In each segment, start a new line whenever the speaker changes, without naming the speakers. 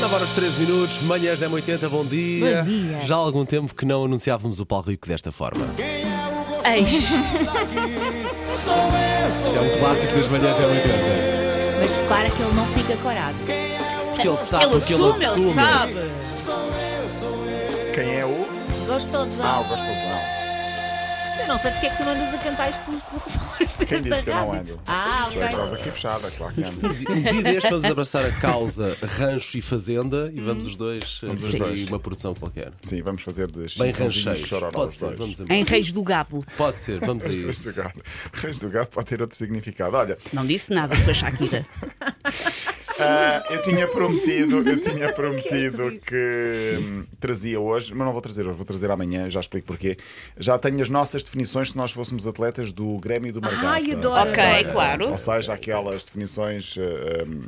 9 horas 13 minutos, manhãs 1080, bom dia.
Bom dia.
Já há algum tempo que não anunciávamos o Paulo Rico desta forma.
Eis.
Isto é um clássico das manhãs 1080.
Mas repara que ele não fica corado.
Porque ele sabe, porque ele
assume,
assume.
ele sabe.
Quem é o? Ah,
Gostosão. Eu não sei porque é que tu não andas a cantar isto pelos corredores desta
Quem disse que eu não
rádio.
ando?
Ah,
Estou em casa
ok.
aqui fechada, claro que ando.
Um dia deste vamos abraçar a causa rancho e fazenda e vamos os dois fazer
os
aí
dois.
uma produção qualquer.
Sim, vamos fazer de
Bem
chimpanzinhos
rancheiros.
chororós
Pode ser,
hoje.
vamos a
Em Reis do Gabo.
Pode ser, vamos a isso.
Reis do gado. Reis do gado pode ter outro significado. Olha,
Não disse nada, sua Shakira.
ah, eu tinha prometido, eu tinha prometido
isso?
que hum, trazia hoje, mas não vou trazer hoje, vou trazer amanhã, já explico porquê. Já tenho as nossas definições se nós fôssemos atletas do Grêmio e do Margaça.
adoro,
Ok,
adoro.
claro.
Ou seja, aquelas definições eh, hum,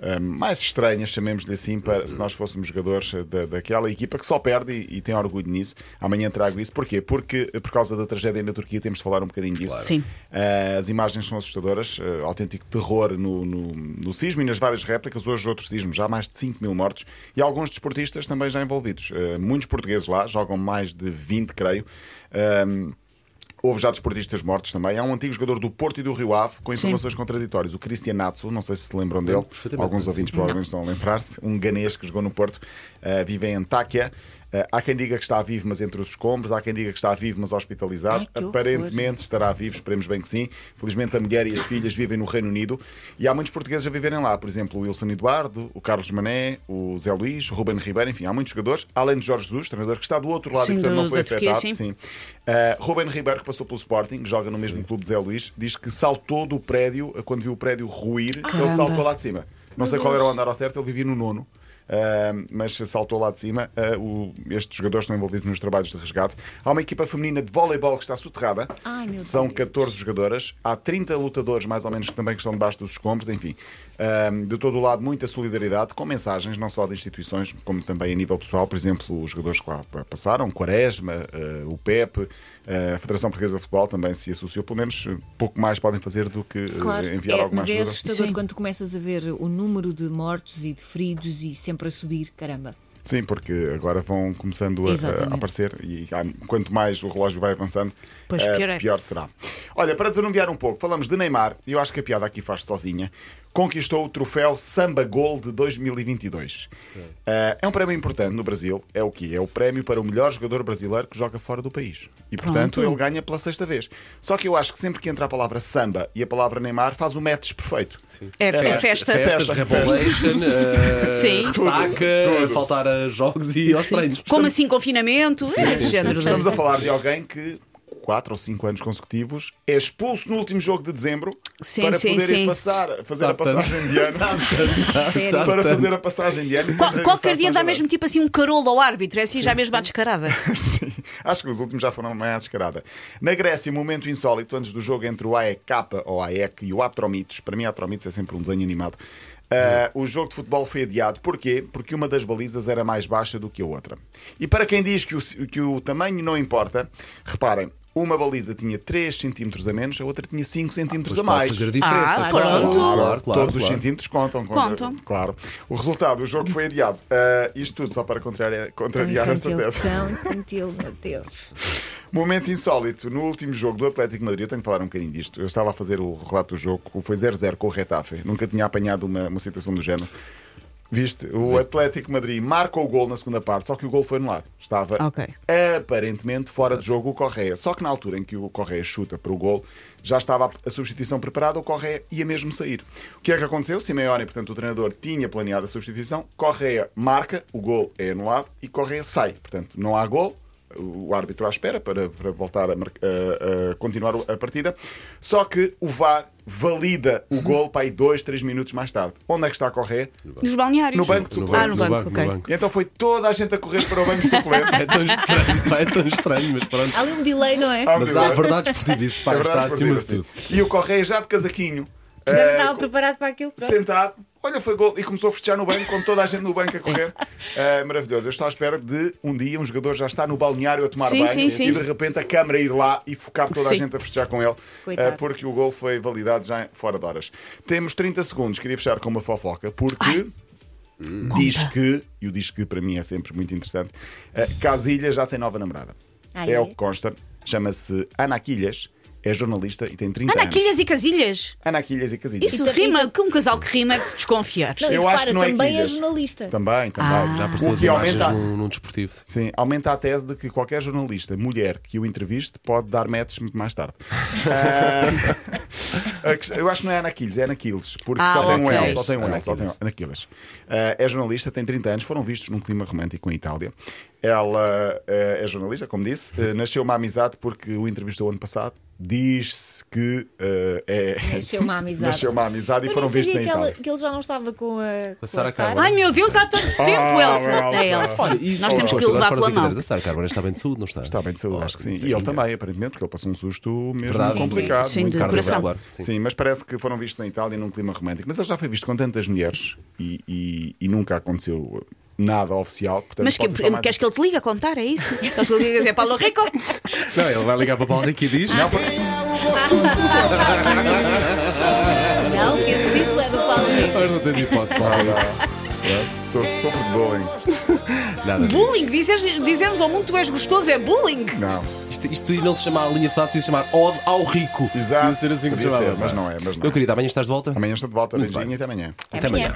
hum, mais estranhas, chamemos-lhe assim, para, se nós fôssemos jogadores eh, da, daquela equipa que só perde e, e tem orgulho nisso. Amanhã trago isso. Porquê? Porque eh, por causa da tragédia na Turquia temos de falar um bocadinho disso.
Sim.
Eh, as imagens são assustadoras, eh, autêntico terror no, no, no sismo e nas várias réplicas. Hoje, outro sismo, já há mais de 5 mil mortos e alguns desportistas também já envolvidos. Eh, muitos portugueses lá, jogam mais de 20, creio. Eh, Ahm, Houve já desportistas mortos também. Há um antigo jogador do Porto e do Rio Ave com informações contraditórias. O Cristian Atsu, não sei se se lembram dele.
perfeitamente,
Alguns
sim.
ouvintes provavelmente estão a lembrar-se. Um ganês que jogou no Porto, eh, vive em Antáquia. Eh, há quem diga que está vivo, mas entre os escombros. Há quem diga que está vivo, mas hospitalizado.
Ai, que horror.
Aparentemente estará vivo, esperemos bem que sim. Felizmente a mulher e as filhas vivem no Reino Unido. E há muitos portugueses a viverem lá. Por exemplo, o Wilson Eduardo, o Carlos Mané, o Zé Luís, o Ruben Ribeiro. Enfim, há muitos jogadores. Além de Jorge Jesus, treinador que está do outro lado
Sim,
e portanto não
do-
foi
da Turquia,
afetado.
sim.
Sim. Uh, Ruben Ribeiro, que passou pelo Sporting, que joga no mesmo clube de Zé Luís, diz que saltou do prédio, uh, quando viu o prédio ruir, ele saltou lá de cima. Não sei qual era o andar ao certo, ele vivia no nono. uh, mas saltou lá de cima. Uh, o- estes jogadores estão envolvidos nos trabalhos de resgate. Há uma equipa feminina de voleibol que está soterrada.
Ai, meu
São
Deus.
14 jogadoras. Há 30 lutadores, mais ou menos, que também que estão debaixo dos escombros. Enfim, um, de todo o lado, muita solidariedade, com mensagens, não só de instituições, como também a nível pessoal. Por exemplo, os jogadores que lá passaram, Quaresma, eh, o PEP, eh, a Federação Portuguesa de Futebol também se associou. Pelo menos eh, pouco mais podem fazer do que eh,
Claro,
enviar
é,
alguma
mas é
ajuda.
assustador
Sim.
quando tu começas a ver o número de mortos e de feridos e sempre a subir, caramba.
Sim, porque agora vão começando a,
Exatamente.
a aparecer e há- quanto mais o relógio vai avançando,
Pois,
eh,
pior é.
será. Olha, para desanuviar um pouco, falamos de Neymar, e eu acho que a piada aqui faz sozinha. Conquistou o troféu Samba Gol de 2022. Eh, é um prémio importante no Brasil. É o quê? É o prémio para o melhor jogador brasileiro que joga fora do país. E, portanto, ele ganha pela sexta vez. Só que eu acho que sempre que entra a palavra samba e a palavra Neymar, faz o match perfeito.
É, é festa.
Festa, Festas,
Festa.
Rebolation, eh,
Sim.
ressaca,
Tudo.
faltar a jogos e aos treinos.
Como assim, confinamento? é,
sim, sim.
género.
Estamos a falar de alguém que quatro ou cinco anos consecutivos é expulso no último jogo de dezembro
Sim,
para
sim,
poder ir
sim.
passar, fazer
Sabe
a passagem de ano.
Sério.
Para fazer a passagem de ano.
Qual-
contra a
qualquer dia
Sá
dá
Salvador.
mesmo tipo assim um carolo ao árbitro, é assim já mesmo à descarada.
Sim, Acho que os últimos já foram mais à descarada. Na Grécia, momento insólito, antes do jogo entre o AEK ou AEK e o Atromitos, para mim Atromitos é sempre um desenho animado. ah, o jogo de futebol foi adiado. Porquê? Porque uma das balizas era mais baixa do que a outra. E para quem diz que o, que o tamanho não importa, reparem, uma baliza tinha 3 centímetros a menos, a outra tinha 5 centímetros
Mas
a mais.
pode fazer diferença.
Ah,
claro,
pronto.
claro, claro,
Todos os
claro.
centímetros contam. contra-
Contam.
Claro. O resultado, o jogo foi adiado. Ah, isto tudo só para contrariar,
Tão
contrariar essa
infantil,
tese.
tão infantil, meu Deus.
Momento insólito. No último jogo do Atlético de Madrid, eu tenho que falar um bocadinho disto. Eu estava a fazer o relato do jogo, foi 0-0 com o Retafe. Nunca tinha apanhado uma, uma situação do género. Viste, o Atlético de Madrid marca o gol na segunda parte, só que o gol foi anulado. Estava
Ok.
aparentemente fora de jogo o Correia. Só que na altura em que o Correia chuta para o gol, já estava a substituição preparada, o Correia ia mesmo sair. O que é que aconteceu? Simeone, portanto, o treinador tinha planeado a substituição, Correia marca, o gol é anulado e Correia sai. Portanto, não há gol. O árbitro à espera para, para voltar a, mar- a- a continuar a partida. Só que o VAR valida o gol para aí dois, três minutos mais tarde. Onde é que está a correr?
Nos balneários.
No banco de
No
suplentes.
Ah, no banco, ok.
E então foi toda a gente a correr para o banco de suplentes.
É tão estranho, pá, é tão estranho, mas pronto.
Há ali um delay, não é?
Ah,
Mas há a verdade esportiva, isso pá,
É verdade,
está acima de
Sportiva,
tudo.
sim. E o Correia já de casaquinho,
Já não
eh,
estava preparado para aquilo. Pronto.
sentado, olha, foi gol e começou a festejar no banco, com toda a gente no banco a correr. Eh, maravilhoso. Eu estou à espera de um dia um jogador já estar no balneário a tomar
Sim,
banho
sim,
e
sim.
de repente a câmara ir lá e focar toda a
Sim.
gente a festejar com ele,
Coitado.
eh, porque o gol foi validado já em- fora de horas. Temos 30 segundos, queria fechar com uma fofoca, porque. Diz que, e o diz que para mim é sempre muito interessante, eh, Casilhas já tem nova namorada.
Ah, é?
o que consta. Chama-se Ana Quilhas, é jornalista e tem 30 anos.
Anaquilhas e casilhas.
Ana Quilhas e Casilhas.
Isso
E tu- e
rima
tu-
com um casal que rima é de se desconfiar.
Não, e
Eu acho
repara,
que não é
também é
quilhas.
jornalista.
Também, também.
Ah.
Ah.
Já apareceu
O
as
que
imagens
aumenta-
num, num desportivo.
Sim, aumenta a tese de que qualquer jornalista, mulher, que o entreviste pode dar matches muito mais tarde. Ah, a questão- eu acho que não é Ana Quiles, é Ana Quiles, porque
Ah,
só, tem um
ok.
L, só tem um
Ana
L, só tem um
Quiles.
Ana Quiles. Ah, é jornalista, tem 30 anos, foram vistos num clima romântico em Itália. Ela ah, é jornalista, como disse, ah, nasceu uma amizade porque o entrevistou ano passado. Diz-se que ah, é.
Nasceu uma amizade.
Nasceu uma amizade e
Eu
foram
não
vistos
sabia
em
que, ela-
Itália.
que ele já não estava com a, com a
Sarah
Sarah.
Connor.
Ai meu Deus, há tanto tempo, Elsa.
Elsa.
É, Elsa.
Olha, isso-
Nós temos
Olá,
que
agora fora
levar pela
de
mão.
brincadeiras, A Sara Carvalho está bem de saúde, não está?
Está bem de saúde, acho que sim. E ele
senhora.
também, aparentemente, porque ele passou um susto mesmo
Verdade, sim,
complicado.
sim. Sim,
muito
de
complicado.
coração.
Claro, sim.
sim. mas parece que foram vistos na Itália num clima romântico. Mas ele já foi visto com tantas mulheres e, e- e nunca aconteceu nada oficial. Portanto,
Mas que,
pode ser só mais- um
queres que ele te liga a contar? É isso? Estás a dizer "É Paulo Rico?
Não, ele vai ligar para o Paulo Rico e diz.
Não, que esse título é do Paulo Rico.
Agora não tens hipótese, Paulo Rico.
Sou, sou de bullying.
Nada. disso.
Bullying, dizes- dizemos ao mundo tu és gostoso, é bullying.
Não,
Isto, isto não se chama a linha de passo, devia se chamar Ode ao Rico.
exato.
Devia ser assim que se
Podia
chamava.
ser, mas não é. Mas não
Meu
é.
querido, amanhã estás de volta?
Amanhã estou de volta,
Muito bem.
beijinho e até amanhã.
Até amanhã.